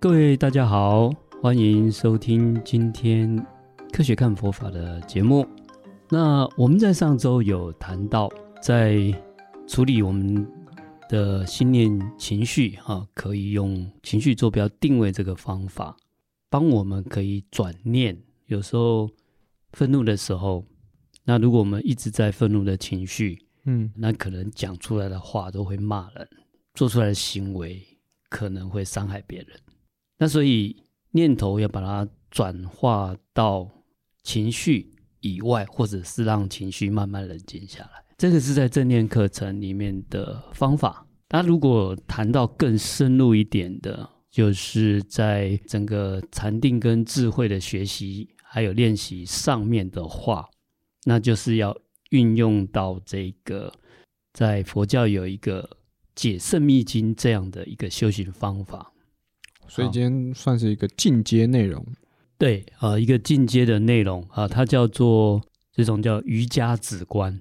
各位大家好，欢迎收听今天《科学看佛法》的节目。那我们在上周有谈到，在处理我们的心念情绪啊，可以用情绪坐标定位这个方法，帮我们可以转念。有时候愤怒的时候，那如果我们一直在愤怒的情绪，嗯那可能讲出来的话都会骂人，做出来的行为可能会伤害别人。那所以念头要把它转化到情绪以外，或者是让情绪慢慢冷静下来。这个是在正念课程里面的方法。那如果谈到更深入一点的，就是在整个禅定跟智慧的学习还有练习上面的话，那就是要运用到这个，在佛教有一个解圣密经这样的一个修行方法。所以好今天算是一个进阶内容。对，呃，一个进阶的内容啊、它叫做这种叫瑜伽止观，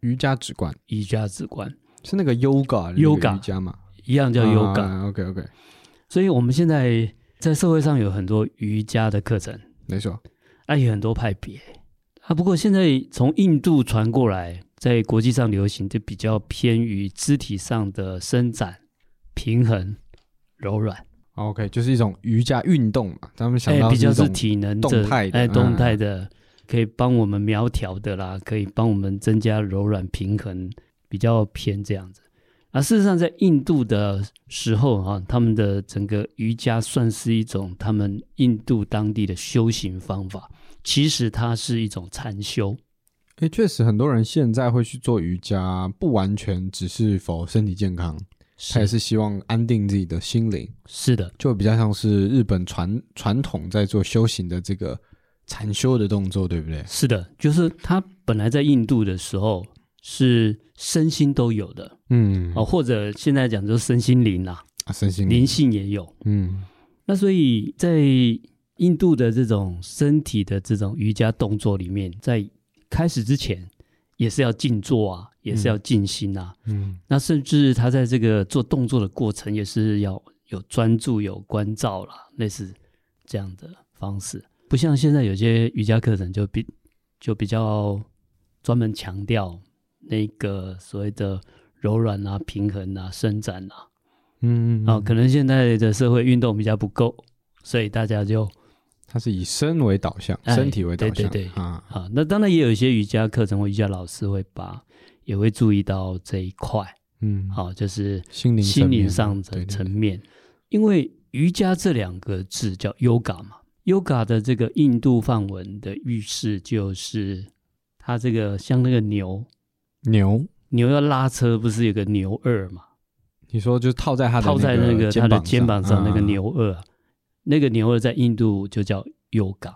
瑜伽直观瑜伽止观是那个 yoga 里面的 Yoga 瑜伽啊嘛？一样叫 yoga、 OK OK，所以我们现在在社会上有很多瑜伽的课程，没错。啊，也很多派别啊。不过现在从印度传过来，在国际上流行，就比较偏于肢体上的伸展、平衡、柔软。 OK，就是一种瑜伽运动嘛。咱们想哎，到比较是一是种体能动态的哎，嗯动态的，可以帮我们苗条的啦，可以帮我们增加柔软平衡，比较偏这样子。啊，事实上，在印度的时候哈、他们的整个瑜伽算是一种他们印度当地的修行方法，其实它是一种禅修。哎，确实很多人现在会去做瑜伽，不完全只是否身体健康，他也是是希望安定自己的心灵，是的，就比较像是日本传传统在做修行的这个禅修的动作，对不对？是的，就是他本来在印度的时候是身心都有的嗯，哦，，或者现在讲就是身心灵啦、啊、身心灵性也有。嗯，那所以在印度的这种身体的这种瑜伽动作里面，在开始之前也是要静坐啊，也是要静心啊。嗯，那甚至他在这个做动作的过程，也是要有专注、有关照啦，类似这样的方式。不像现在有些瑜伽课程就比就比较专门强调那个所谓的柔软啊、平衡啊、伸展啊，嗯，啊、可能现在的社会运动比较不够，所以大家就它是以身为导向，哎身体为导向，对对对啊，啊，那当然也有一些瑜伽课程或瑜伽老师会把也会注意到这一块，嗯，啊，就是心灵心灵面上对的对层对面，因为瑜伽这两个字叫 yoga 嘛，yoga 的这个印度梵文的意思就是它这个像那个牛，牛，牛要拉车不是有个牛二嘛，你说就是套在它的套在那个个它的肩膀上啊那个牛二啊，那个牛二在印度就叫 yoga，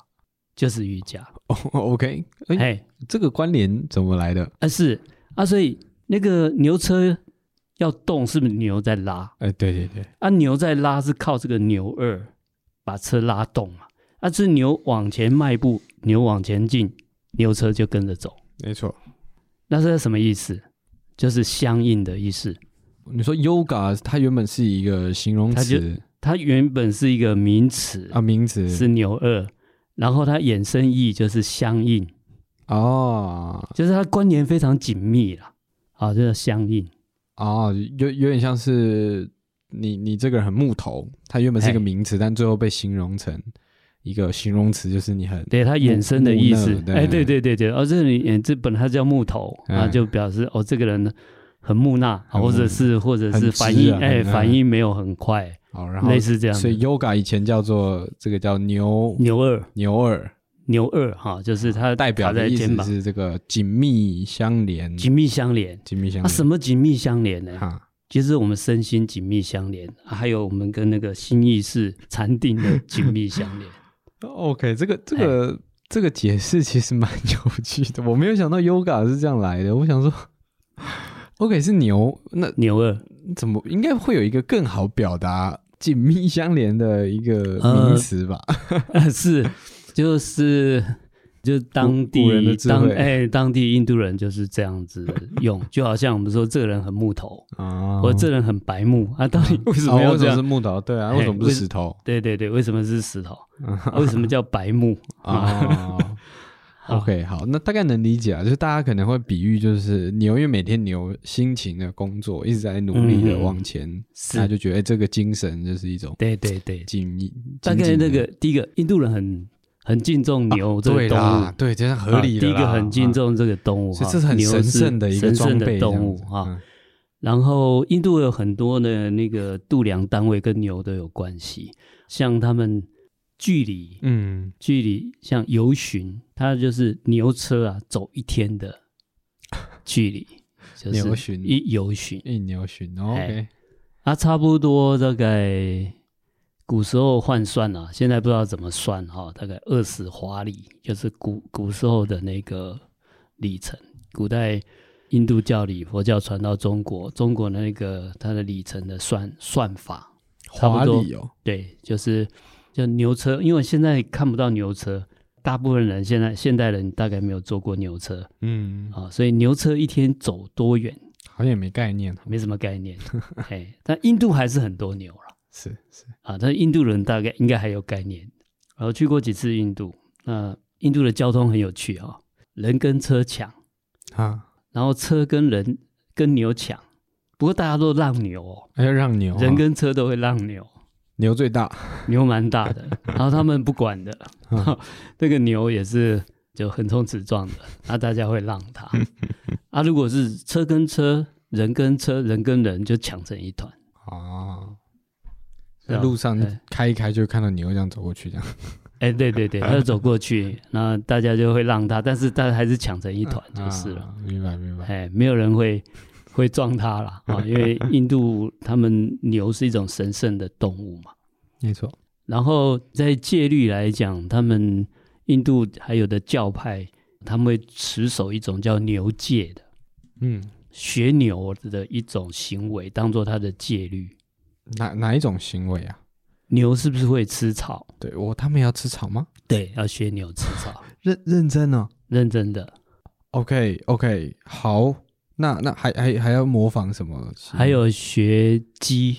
就是瑜伽，哦，OK，哎，哎。这个关联怎么来的？啊，是啊，所以那个牛车要动，是不是牛在拉？哎，对对对，啊，牛在拉是靠这个牛二把车拉动嘛。啊，是牛往前迈步，牛往前进，牛车就跟着走。没错。那是什么意思？就是相应的意思。你说 yoga，它原本是一个形容它就词它原本是一个名词，啊，名词是牛二，然后它衍生意就是相应，哦就是它关联非常紧密啦。啊，这叫相应。哦，有有点像是你你这个人很木头，它原本是一个哎名词，但最后被形容成一个形容词，就是你很对它衍生的意思木讷，对哎，对对对对，哦，这里嗯这本它叫木头哎啊，就表示哦这个人很木讷，啊很木或者是或者是很反直应啊哎很反应没有很快，好，哦然后类似这样所以的。嗯 yoga 以前叫做这个叫牛牛二牛耳，牛二哈，就是它啊代表卡的在意肩思膀，是这个紧密相连，紧密相连。紧密相啊，连。什么紧密相连呢？哈，就是我们身心紧密相连，啊还有我们跟那个心意识禅定的紧密相 连。 OK，这个这个、这个解释其实蛮有趣的， 我没有想到 yoga 是这样来的。我想说，OK 是牛，那牛二怎么应该会有一个更好表达紧 密相连的一个名词吧？是，就是就是当地古人的智慧当哎当地印度人就是这样子用，就好像我们说这个人很木头，啊，或者呃这人很白目啊，到底为什么啊要为这什么样？是木头？对啊，嘿为什么不为是石头对对对，为什么是石头？啊为什么叫白 木？啊 ？OK，好，那大概能理解啊，就是大家可能会比喻，就是牛，因为每天牛辛勤的工作，一直在努力的嗯往前，是他就觉得哎这个精神就是一种对对对，敬意。大精概进的啊那个第一个，印度人很很敬重牛这对个动物啦，，对，这是合理啊的第啦。一个很敬啊，重这个动物，所以哈这是很牛神圣的一个神装圣备的动物这样子啊。嗯然后印度有很多的那个度量单位跟牛都有关系，像他们距离嗯，距离，像游巡，它就是牛车啊走一天的距离，就是牛巡一游巡一牛群哦，OK，啊，差不多大概古时候换算啊，现在不知道怎么算哈、大概二十华里，就是古古时候的那个里程。古代印度教里佛教传到中国，中国那个它的里程的算算法，差华不多丽哦，对，就是就牛车，因为现在看不到牛车，大部分人现在现代人大概没有坐过牛车嗯，啊，所以牛车一天走多远好像也没概念哦，没什么概念。哎，但印度还是很多牛啦。是是，啊，但是印度人大概应该还有概念。然后去过几次印度，那印度的交通很有趣哦，人跟车抢，啊，然后车跟人跟牛抢，不过大家都让牛哦，还要让牛啊，人跟车都会让牛，牛最大，牛蛮大的，然后他们不管的，啊 那个牛也是就横冲直撞的，那大家会让它。啊，如果是车跟车，人跟车，人跟人就抢成一团。啊，是啊在路上哎开一开就看到牛这样走过去，这样，哎，对对对，他就走过去，那大家就会让他，但是大家还是抢成一团就是了。啊，明白明白，哎，没有人会会撞他啦啊，因 为印度他们牛是一种神圣的动物嘛。没错，然后在戒律来讲，他们印度还有的教派，他们会持守一种叫牛戒的，嗯，学牛的一种行为，当做他的戒律。哪哪一种行为啊？牛是不是会吃草？对我他们也要吃草吗？对，要学牛吃 草，认认真哦认真的。 ，OK OK，好，那那还还还要模仿什么行为？还有学鸡，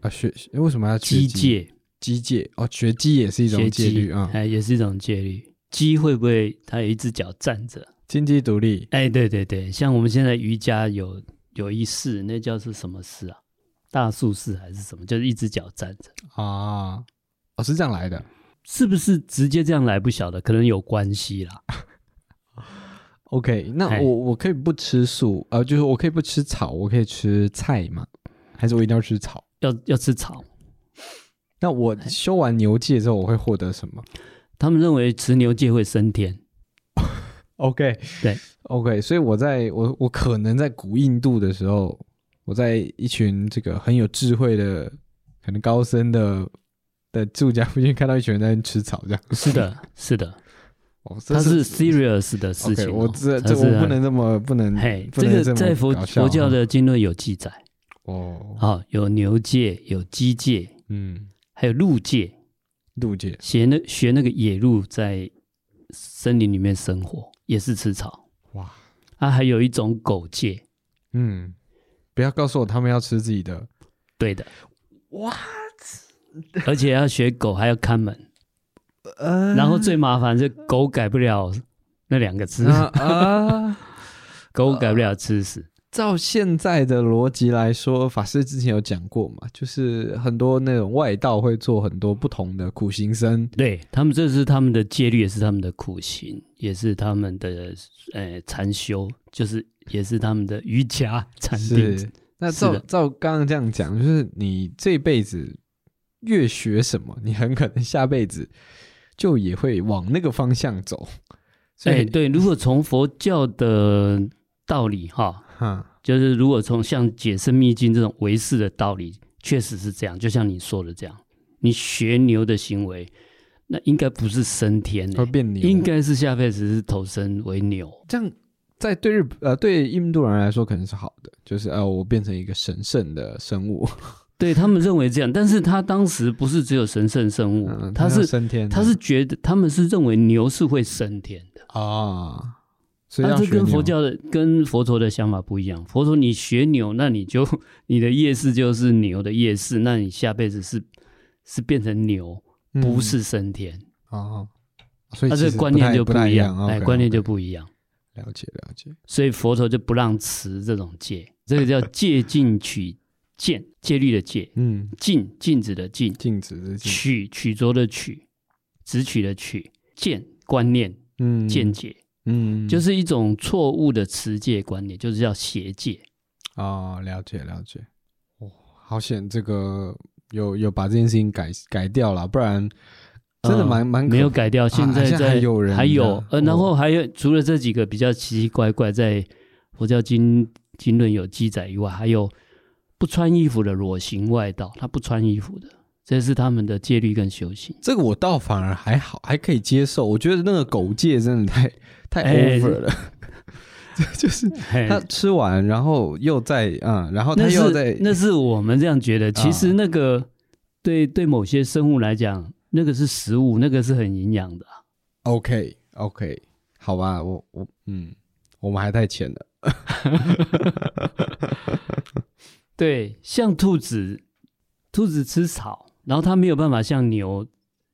啊，学诶为什么要学鸡戒，机械哦，学机也是一种学戒律鸡啊，哎，也是一种戒律。鸡会不会它有一只脚站着？经济独立哎，对对对，像我们现在瑜伽有有一式，那叫是什么式啊？大树式还是什么？就是一只脚站着，啊，哦是这样来的是不是直接这样来不晓得，可能有关系啦。 ，OK，那哎我我可以不吃素，呃，就是我可以不吃草，我可以吃菜嘛，还是我一定要吃草？要要吃草，那我哎修完牛戒之后，我会获得什么他们认为吃牛界会升天。 ？OK，对，OK，所以我在我我可能在古印度的时候，我在一群这个很有智慧的，可能高僧的的住家附近看到一群人在那边吃草，这样，是 的，是的，哦，这它是 serious 的事 OK，情哦、我这它这是我不。能这么不能嘿，不这能个么在佛搞笑啊佛教的经论有记载哦，啊、有牛界，有鸡界，嗯，还有鹿界，渡界学那学那个野鹿在森林里面生活，也是吃草。哇，啊，还有一种狗界，嗯，不要告诉我他们要吃自 己的对的。What？而且要学狗，还要看门。呃然后最麻烦是狗改不了那两个字，啊啊，狗改不了吃死。照现在的逻辑来说，法师之前有讲过嘛，就是很多那种外道会做很多不同的苦行僧，对他们，这是他们的戒律，也是他们的苦行，也是他们的呃禅修，就是也是他们的瑜伽禅定是。那是照的照刚刚这样讲，就是你这辈子越学什么，你很可能下辈子就也会往那个方向走。所哎，以，对，如果从佛教的道理哈，哈，就是如果从像解释秘经这种唯识的道理，确实是这样，就像你说的这样，你学牛的行为，那应该不是升天、会欸，变哦牛。应该是下辈子是投身为牛。这样，在对日呃对印度人来说可能是好的，就是呃我变成一个神圣的生物。对他们认为这样，但是他当时不是只有神圣圣物，嗯，哦他要是升天的，他是觉得他们是认为牛是会升天的，啊，所以那、要这学跟佛牛教的跟佛陀的想法不一样。佛陀你学牛，那你就 你的业识就是牛的业识，那你下辈子是是变成牛，不嗯是升天，哦，所以那其这实个观不念太就不不太一一样，哎， OK，观念就 OK，不一样。了解了解，所以佛陀就不让持这种戒，这 个叫戒禁取戒，戒律的戒，嗯，禁禁止的禁，禁止的禁，取取着的取，直取的取，见观念嗯，见，解，嗯，就是一种错误的持戒观念，就是叫邪戒。哦，了解了解，哦，好险，这个有有把这件事情改改掉了，不然真的呃蛮蛮可嗯啊没有改掉，现在现在在、还有人还有呢呃，哦然后还有除了这几个比较奇奇怪怪在佛教经经论有记载以外，还有不穿衣服的裸行外道，他不穿衣服的，这是他们的戒律跟修行。这个我倒反而还好，还可以接受。我觉得那个狗界真的太太哎 over 了， 就是嘿他吃完，然后又在嗯，然后他那又在啊是那是我们这样觉得，其实那个、对对某些生物来讲，那个是食物，那个是很营养的啊。 OK OK，好吧，我我嗯，我们还太浅了。对，像兔子，兔子吃草，然后它没有办法像牛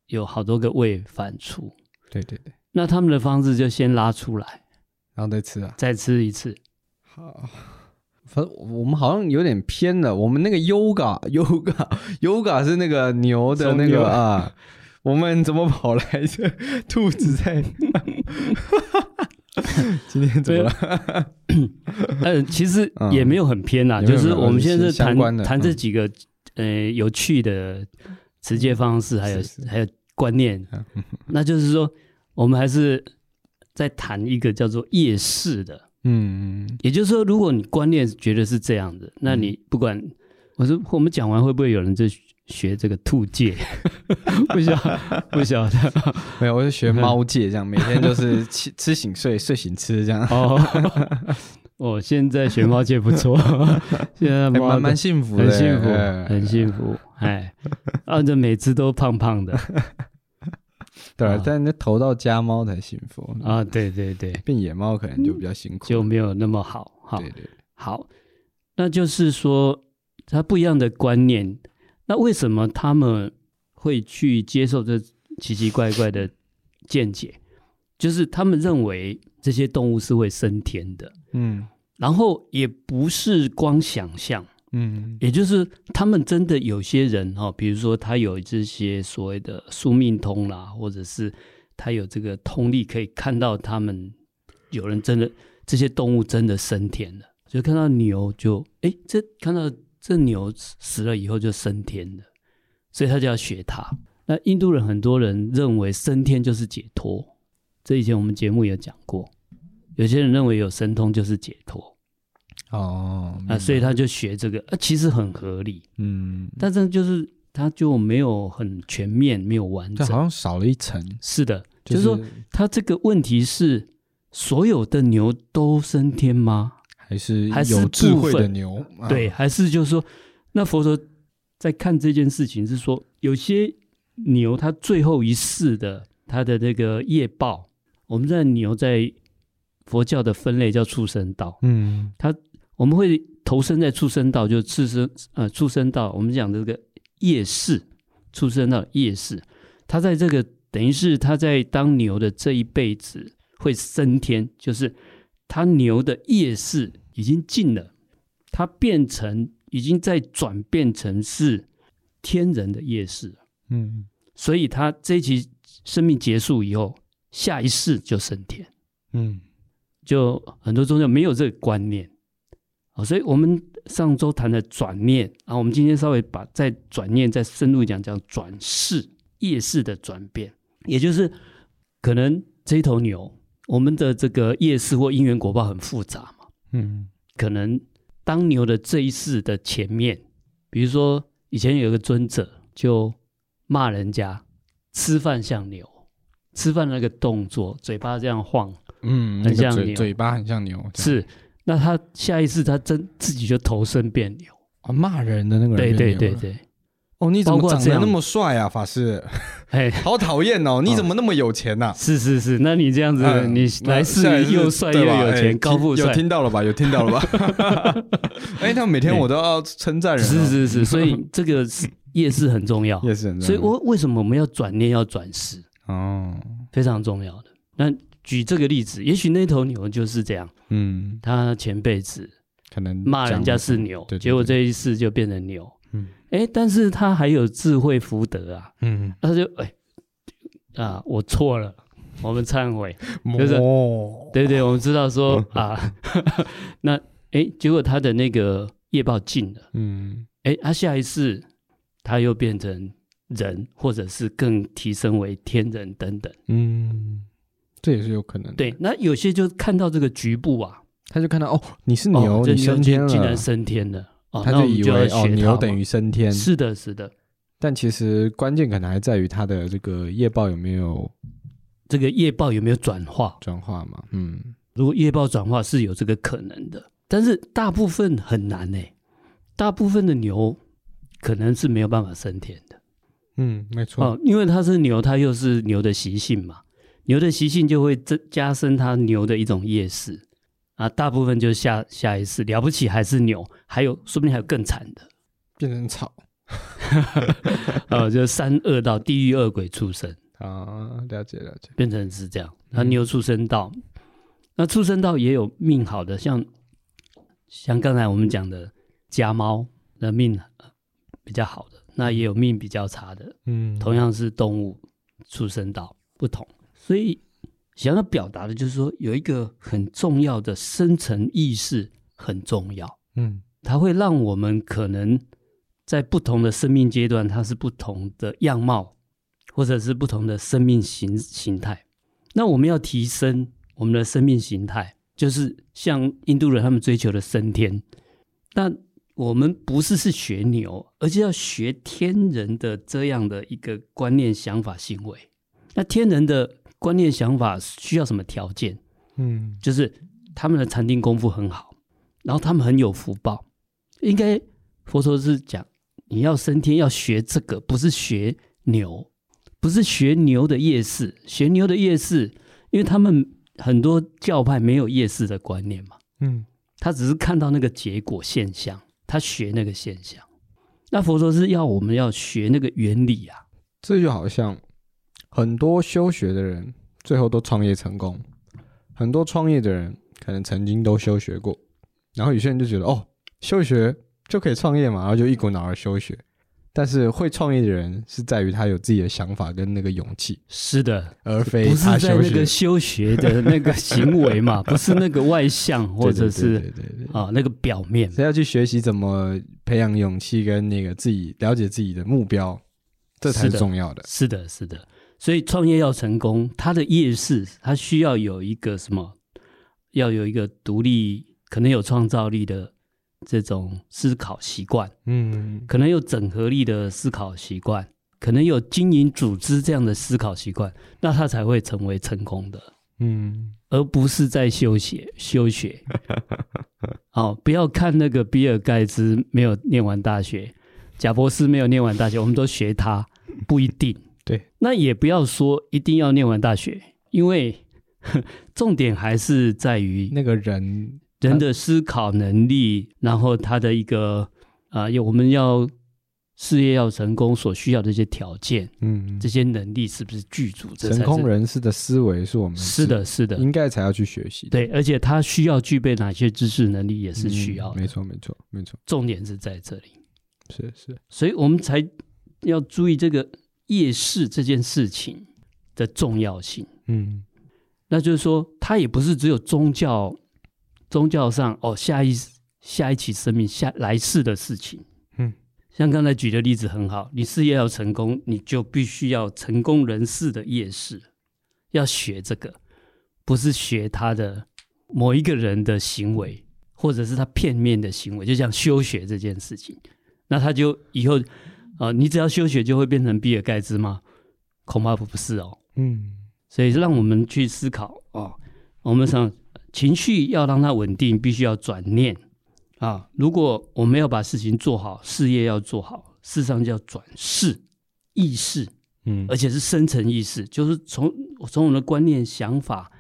有好多个胃反刍，对对对，那他们的方式就先拉出来，然后再吃啊。再吃一 次。好，反正我们好像有点偏了。我们那个 yoga yoga yoga 是那个牛的那松牛个啊，我们怎么跑来这兔子在？今天怎么了？呃，其实嗯也没有很偏啦，也没有就是没有我们现在是相谈关的谈这嗯几个呃有趣的直接方式，还有嗯是嗯是还有观念， 那就是说我们还是在谈一个叫做夜市的。嗯，嗯也就是说，如果你观念觉得是这样的，那你不管我说我们讲完会不会有人就学这个兔 戒？不晓不晓得 没有，我就学猫界这样，每天就是吃吃醒睡，睡醒吃这样，哦。我哦现在学猫戒不 错，现在还猫蛮蛮幸福的，很幸福，哎很幸福。 哎，按着每只都胖胖的对啊，但那投到家猫才幸福啊，对对 对，变野猫可能嗯就比啊较辛苦，就没有那么好哈。对对，好，那就是说他不一样的观念。那为什么他们会去接受这奇奇怪怪的见解？就是他们认为这些动物是会升天的，嗯然后也不是光想象，嗯也就是他们真的有些人哈、哦，比如说他有这些所谓的宿命通啦，或者是他有这个通力，可以看到他们有人真的这些动物真的升天了，就看到牛就哎，这看到这牛死了以后就升天了，所以他就要学它。那印度人很多人认为升天就是解脱，这以前我们节目也讲过，有些人认为有神通就是解脱哦啊，所以它他就学这个，啊，其实很合理。嗯，但是就是它就没有很全面，没有完这整。好像少了一层，是的，就是是说它这个问题是所有的牛都升天吗？还是还是有智慧部的分牛，啊对，，还是就是说，那佛陀在看这件事情是说，有些牛它最后一世的它的那个业报，我们在牛在佛教的分类叫畜生道，嗯我们会投身在畜生道，就次生呃畜生道，我们讲这个夜市，畜生道夜市，他在这个等于是他在当牛的这一辈子会升天，就是他牛的夜市已经尽了，他变成已经在转变成是天人的夜市了，嗯，所以他这一期生命结束以后，下一世就升天。嗯就很多宗教没有这个观念啊、哦所以我们上周谈的转念啊，我们今天稍微把再转念再深入一讲，讲转世业识的转变，也就是可能这一头牛，我们的这个业识或因缘果报很复杂嘛，嗯可能当牛的这一世的前面，比如说以前有个尊者就骂人家吃饭像牛，吃饭那个动作，嘴巴这样晃。很嗯，那个像嘴牛嘴巴很像牛，这样是，那他下一次他真自己就投身变牛，啊，骂人的那个人对变对牛对了。对，哦，你怎包么括长这得样那么帅啊，法师？哎，好讨厌哦！你怎么那么有钱啊呐？是是是，那你这样子，嗯你来下一世次又帅又对吧有哎钱，听高富有帅，听到了吧？有听到 了吧？哎，那每天我都要称赞人哦，是是是，所以这个是夜市很重要。也是很重要，所以我为什么我们要转念要转世，哦，非常重要的。那举这个例子，也许那头牛就是这样，嗯，他前辈子可能骂人家讲是牛对对，对结果这一世就变成牛。嗯哎，但是他还有智慧福德啊，嗯，他就哎啊，我错了，我们忏悔。 就是哦，对对，我们知道说嗯啊， 那哎，结果他的那个业报尽了，嗯哎，他、下一次他又变成人，或者是更提升为天人等等。嗯，这也是有可能的。对，那有些就看到这个局部啊，他就看到哦，你是哦牛，这你升竟天竟然了，升天了，哦，他那我就们以就要为哦，学他牛嘛等于升天，是的，是的，但其实关键可能还在于他的这个业报有没有这个业报有没有转化？转化嘛？嗯，如果业报转化是有这个可能的，但是大部分很难呢、大部分的牛可能是没有办法升天的。嗯，没错哦，因为它是牛，它又是牛的习性嘛，牛的习性就会增加深它牛的一种夜视啊，大部分就下下一次了不起还是牛，还有说不定还有更惨的，变成草呃，就三恶道地狱恶鬼畜生，啊，了解了解，变成是这样，那嗯牛畜生道，那畜生道也有命好的，像像刚才我们讲的家猫的命呃比较好的，那也有命比较差的，嗯同样是动物出生到不同，所以想要表达的就是说，有一个很重要的深层意识很重要，嗯它会让我们可能在不同的生命阶段，它是不同的样貌，或者是不同的生命形形态。那我们要提升我们的生命形态，就是像印度人他们追求的升天。那我们不是是学牛，而是要学天人的这样的一个观念、想法、行为。那天人的观念、想法需要什么条件？嗯就是他们的禅定功夫很好，然后他们很有福报。应该佛陀是讲，你要升天要学这个，不是学牛，不是学牛的夜市，学牛的夜市，因为他们很多教派没有夜市的观念嘛。嗯他只是看到那个结果现象，他学那个现象。那佛陀是要我们要学那个原理啊，这就好像很多休学的人最后都创业成功，很多创业的人可能曾经都休学过，然后有些人就觉得哦，休学就可以创业嘛，然后就一股脑儿休学。但是会创业的人是在于他有自己的想法跟那个勇气，是的，而非不是他在休那学个修学的那个行为嘛，不是 那个外向或者对是对对对对对啊那个表面。所以要去学习怎么培养勇气跟那个自己了解自己的目标，这才是是的重要的。是的，是的。所以创业要成功，它的夜市它需要有一个什么，要有一个独立、可能有创造力的这种思考习惯。嗯可能有整合力的思考习惯，可能有经营组织这样的思考习惯，那他才会成为成功的，嗯，而不是在休学休学。好、不要看那个比尔盖茨没有念完大学，贾博士没有念完大学，我们都学他，不一定。对，那也不要说一定要念完大学，因为 呵重点还是在于那个人人的思考能力，然后他的一个啊，有、我们要事业要成功所需要的一些条件，嗯这，些能力是不是具足？这才是成功人士的思维是我们是的，是的，应该才要去学习的，对，而且他需要具备哪些知识能力也是需要嗯的，没错没错没错，重点是在这里，是是，所以我们才要注意这个夜市这件事情的重要性。嗯那就是说，它也不是只有宗教，宗教上哦，下一下一期生命下来世的事情。嗯，像刚才举的例子很好，你事业要成功，你就必须要成功人士的业识，要学这个，不是学他的某一个人的行为，或者是他片面的行为，就像休学这件事情，那他就以后啊、呃你只要休学就会变成比尔盖茨吗？恐怕不是哦。嗯所以让我们去思考哦，我们想情绪要让它稳定，必须要转念，啊，如果我没有把事情做好，事业要做好，事实上叫转世意识，嗯而且是深层意识，就是从从我们的观念、想法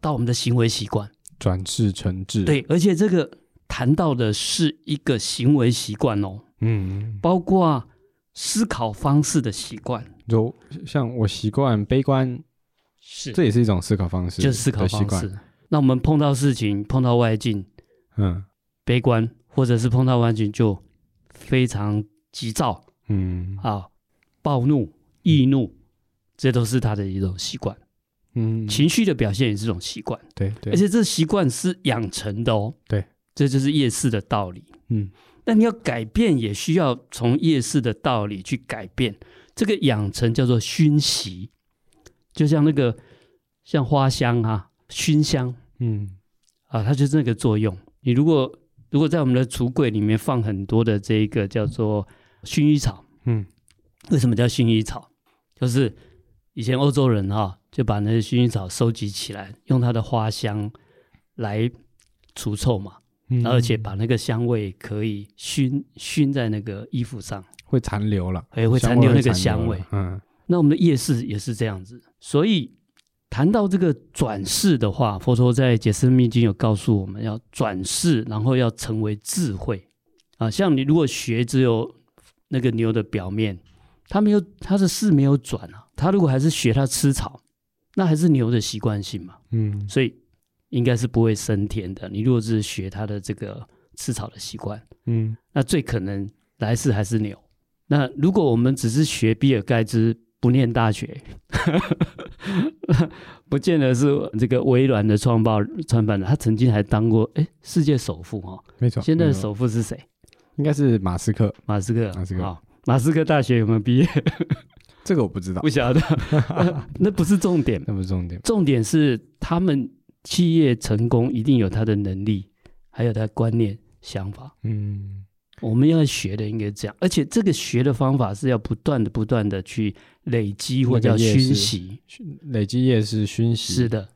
到我们的行为习惯。转世成智，，对，而且这个谈到的是一个行为习惯哦，嗯，包括思考方式的习惯，就像我习惯悲观，是这也是一种思考方式，就是思考习方惯，式。那我们碰到事情、碰到外境，嗯悲观，或者是碰到外境就非常急躁嗯啊、暴怒、易怒，这都是他的一种习惯。嗯，情绪的表现也是一种习惯，对对，而且这习惯是养成的哦。对，这就是夜市的道理。嗯那你要改变，也需要从夜市的道理去改变。这个养成叫做熏习，就像那个像花香啊，熏香嗯啊，它就是那个作用。你如果如果在我们的橱柜里面放很多的这一个叫做薰衣草，嗯为什么叫薰衣草？就是以前欧洲人哈、啊就把那些薰衣草收集起来，用它的花香来除臭嘛，嗯，而且把那个香味可以熏熏在那个衣服上，会残留了，哎，会香残味留那个残香味了。，嗯那我们的夜市也是这样子，所以谈到这个转世的话，佛陀在《解释密经》有告诉我们要转世，然后要成为智慧啊。像你如果学只有那个牛的表面，它没有它的世没有转啊，它如果还是学它吃草，那还是牛的习惯性嘛，嗯所以应该是不会升天的。你如果只是学它的这个吃草的习惯，嗯那最可能来世还是牛。那如果我们只是学比尔盖茨，不念大学， 不见得是这个微软的创办创办人，他曾经还当过哎世界首富哈、哦。没错，现在没的错首富是谁？应该是马斯克，马斯克。啊嗯马斯克好马斯克大学有没有毕业？ 这个我不知道不，晓得，那不是重点。那不是重点，重点是他们企业成功一定有他的能力，还有他的观念想法。嗯我们要学的应该这样，而且这个学的方法是要不断的、不断的去累积或者叫那个嗯夜市熏习。熏累积夜市熏习是的，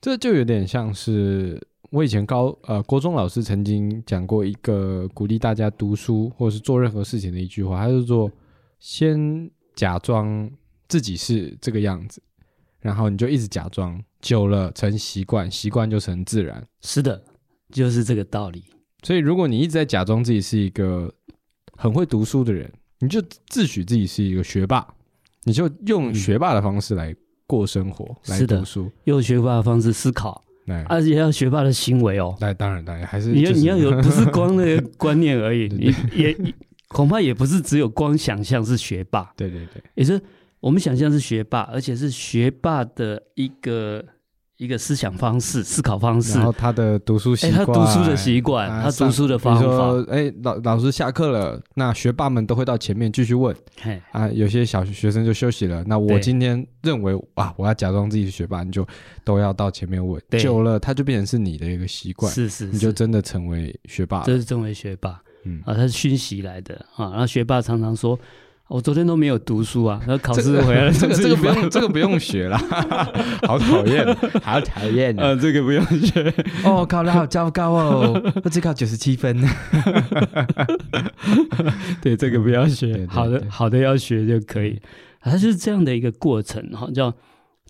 这就有点像是我以前高呃国中老师曾经讲过一个鼓励大家读书或者是做任何事情的一句话，他就说先假装自己是这个样子，然后你就一直假装，久了成习惯，习惯就成自然。是的，就是这个道理。所以如果你一直在假装自己是一个很会读书的人，你就自诩自己是一个学霸，你就用嗯学霸的方式来过生活，来是的读书，用学霸的方式思考，来。而且要学霸的行为哦。那当然，当然还是你要嗯就是你要有，不是光那个观念而已，你也也恐怕也不是只有光想象是学霸， 对对对，也是我们想象是学霸，而且是学霸的一个一个思想方式、思考方式然。后他的读书习哎，惯，他读书的习惯，啊他读书的比方如法，说，哎，老老师下课了，那学霸们都会到前面继续问嘿，啊。有些小学生就休息了，那我对今天认为啊，我要假装自己是学霸，你就都要到前面问。对久了，他就变成是你的一个习惯，是是，你就是真的成为学霸了。这是正为学霸嗯，啊，他是熏习来的啊。然后学霸常常说：“哦我昨天都没有读书啊，然后考试这个回来了这个自这己个不翻用这个不用学啦， 好讨厌，好讨厌啊呃，这个不用学。哦，考得好糟糕 哦，我只考九十七分。对，这个不要学。嗯对 对好的对，嗯好的要学就可以。它就是这样的一个过程哈、叫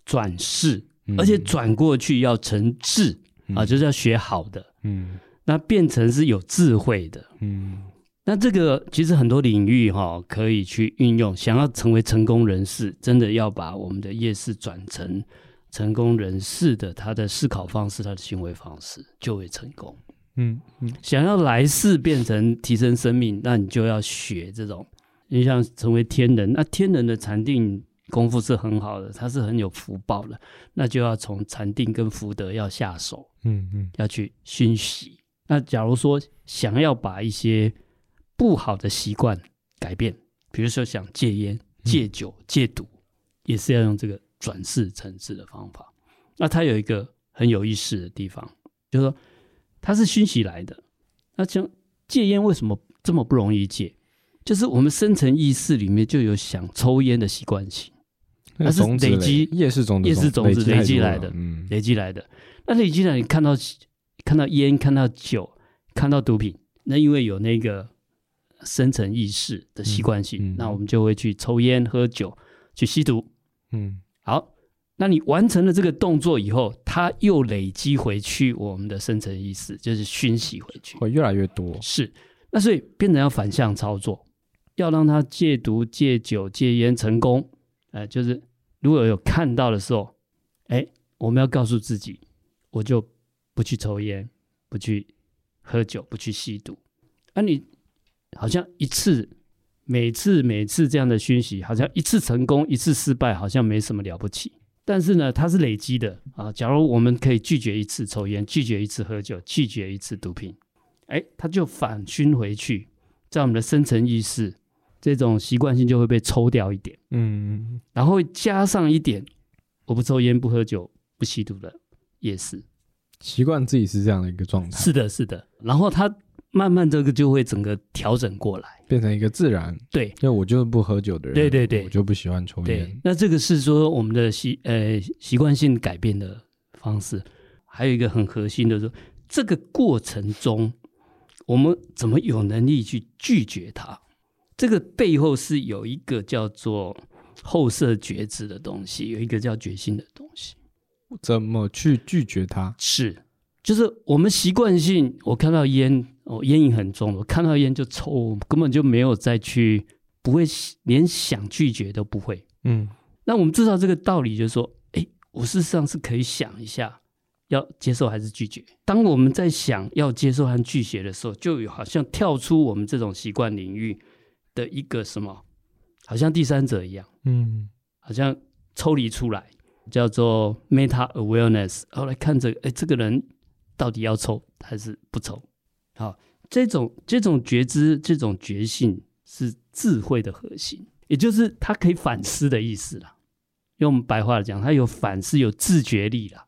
转世，嗯而且转过去要成智、啊，嗯就是要学好的，嗯那变成是有智慧的。嗯那这个其实很多领域哈、可以去运用。想要成为成功人士，真的要把我们的夜市转成成功人士的他的思考方式、他的行为方式，就会成功。嗯嗯想要来世变成提升生命，那你就要学这种。你想成为天人，那天人的禅定功夫是很好的，他是很有福报的，那就要从禅定跟福德要下手。嗯嗯要去熏习。那假如说想要把一些不好的习惯改变，比如说想戒烟、戒酒、戒赌，也是要用这个转世成智的方法。那它有一个很有意思的地方，就是说它是熏习来的。那像戒烟为什么这么不容易戒？就是我们深层意识里面就有想抽烟的习惯性。那它是种子累嘞积夜市种子，夜市种子累积太多来的了嗯，累积来的。那累积来，你看到看到烟，看到酒，看到毒品，那因为有那个深层意识的习惯性，嗯嗯那我们就会去抽烟、喝酒、去吸毒。嗯好，那你完成了这个动作以后，它又累积回去我们的深层意识，就是熏习回去。会越来越多。是，那所以变成要反向操作，要让他戒毒、戒酒、戒烟成功。呃，就是如果有看到的时候，哎，我们要告诉自己，我就不去抽烟，不去喝酒，不去吸毒。啊，你好像一次、每次、每次这样的熏习，好像一次成功，一次失败，好像没什么了不起。但是呢，它是累积的啊。假如我们可以拒绝一次抽烟，拒绝一次喝酒，拒绝一次毒品，哎，它就反熏回去，在我们的深层意识，这种习惯性就会被抽掉一点，嗯，然后加上一点，我不抽烟、不喝酒、不吸毒了，也是，习惯自己是这样的一个状态，是的，是的。然后它慢慢这个就会整个调整过来，变成一个自然。对，因为我就是不喝酒的人，对对对我就不喜欢抽对烟。。那这个是说我们的习呃习惯性改变的方式，还有一个很核心的说，这个过程中我们怎么有能力去拒绝它？这个背后是有一个叫做后设觉知的东西，有一个叫决心的东西。怎么去拒绝它？是，就是我们习惯性，我看到烟，哦，烟瘾很重，我看到烟就抽，我根本就没有再去，不会连想拒绝都不会。嗯那我们知道这个道理，就是说，哎，我事实上是可以想一下，要接受还是拒绝。当我们在想要接受和拒绝的时候，就有好像跳出我们这种习惯领域的一个什么，好像第三者一样，嗯好像抽离出来，叫做 meta awareness，然后来看这个，哎，这个人到底要抽还是不抽？好，这种这种觉知，这种觉性是智慧的核心，也就是它可以反思的意思啦。用我们白话来讲，它有反思，有自觉力啦，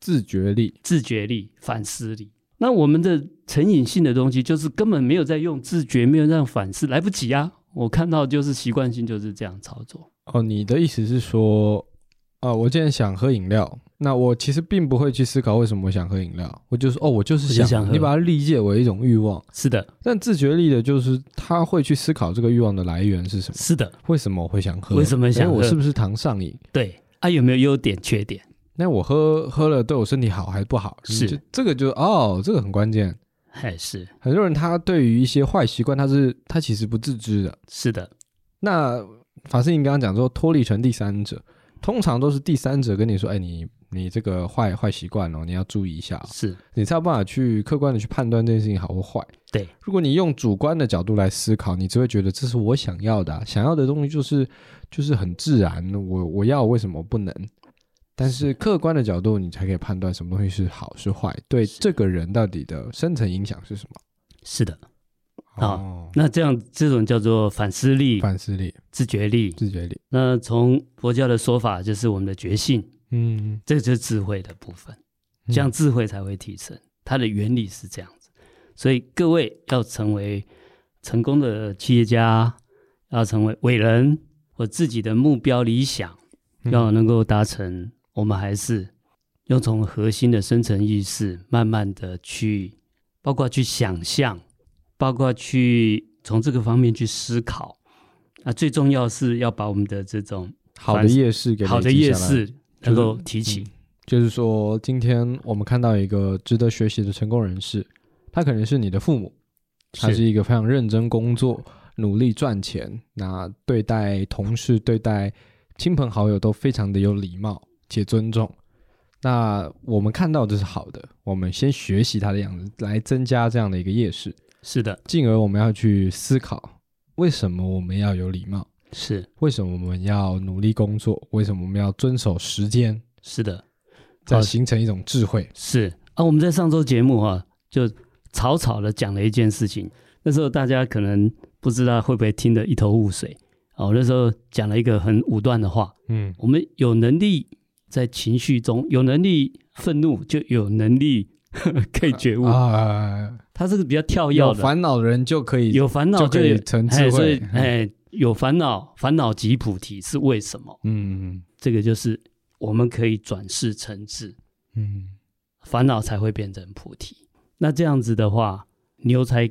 自觉力。自觉力、反思力。那我们的成瘾性的东西，就是根本没有在用自觉，没有让反思，来不及啊！我看到就是习惯性就是这样操作，哦，你的意思是说，啊，我今天想喝饮料，那我其实并不会去思考为什么我想喝饮料，我就是哦，我就是我就想，想喝你把它理解为一种欲望。是的，但自觉力的就是他会去思考这个欲望的来源是什么，是的，为什么我会想喝，为什么想哎我喝是不是糖上瘾？对啊，有没有优点、缺点？那我喝喝了对我身体好还是不好？是就这个就哦，这个很关键。还是很多人他对于一些坏习惯，他是他其实不自知的。是的，那法师，你刚刚讲说脱离成第三者，通常都是第三者跟你说：“哎，你你这个坏坏习惯哦，你要注意一下哦、是你才有办法去客观的去判断这件事情好或坏。对，如果你用主观的角度来思考，你只会觉得这是我想要的啊、想要的东西就是就是很自然，我我要为什么不能？但是客观的角度，你才可以判断什么东西是好是坏，对是这个人到底的深层影响是什么。是的。好哦，那这样这种叫做反思力、反思力、自觉力。自觉力，那从佛教的说法，就是我们的觉性，嗯，这就是智慧的部分，这样智慧才会提升。它的原理是这样子，所以各位要成为成功的企业家，要成为伟人，或自己的目标理想嗯要能够达成，我们还是要从核心的深层意识，慢慢的去，包括去想象，包括去从这个方面去思考。啊，最重要是要把我们的这种好的反思夜市给好的累积夜下来，市能够提起嗯，就是说，今天我们看到一个值得学习的成功人士，他可能是你的父母，他是一个非常认真工作、努力赚钱，那对待同事、对待亲朋好友都非常的有礼貌且尊重。那我们看到这是好的，我们先学习他的样子，来增加这样的一个夜市，是的，进而我们要去思考，为什么我们要有礼貌？是为什么我们要努力工作？为什么我们要遵守时间？是的，再好形成一种智慧。是啊。我们在上周节目啊，就草草的讲了一件事情，那时候大家可能不知道会不会听得一头雾水啊。我那时候讲了一个很武断的话，嗯我们有能力在情绪中有能力愤怒，就有能力 可以觉悟。啊，它这个比较跳跃有的，烦恼的人就可以有烦恼就可以有成智哎，所以慧。哎，有烦恼，烦恼即菩提是为什么？嗯这个就是我们可以转世成智，嗯烦恼才会变成菩提。那这样子的话，牛才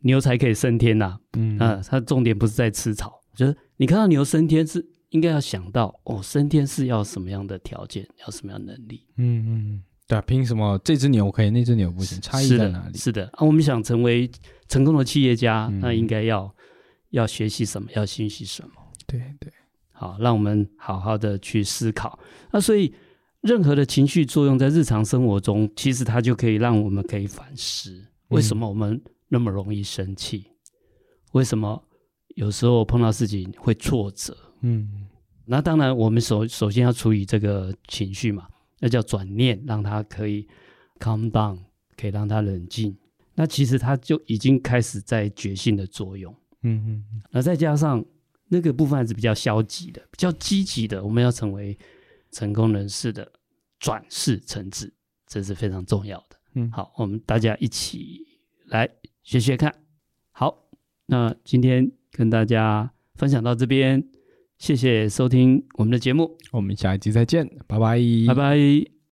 牛才可以升天呐、嗯啊，它重点不是在吃草，就是你看到牛升天是应该要想到哦，升天是要什么样的条件，要什么样的能力，嗯嗯，对啊，凭什么这只牛可以，那只牛不行？差异是在的哪里？是的，啊，我们想成为成功的企业家，嗯那应该要要学习什么，要学习什么。对对，好，让我们好好的去思考。那所以，任何的情绪作用在日常生活中，其实它就可以让我们可以反思，为什么我们那么容易生气？为什么有时候碰到事情会挫折？嗯那当然，我们首首先要处理这个情绪嘛，那叫转念，让它可以 calm down，可以让它冷静。那其实它就已经开始在觉性的作用。嗯嗯那再加上那个部分还是比较消极的，比较积极的，我们要成为成功人士的转世成智，这是非常重要的。嗯，，好，我们大家一起来学学看。好，那今天跟大家分享到这边，谢谢收听我们的节目，我们下一集再见，拜拜，拜拜。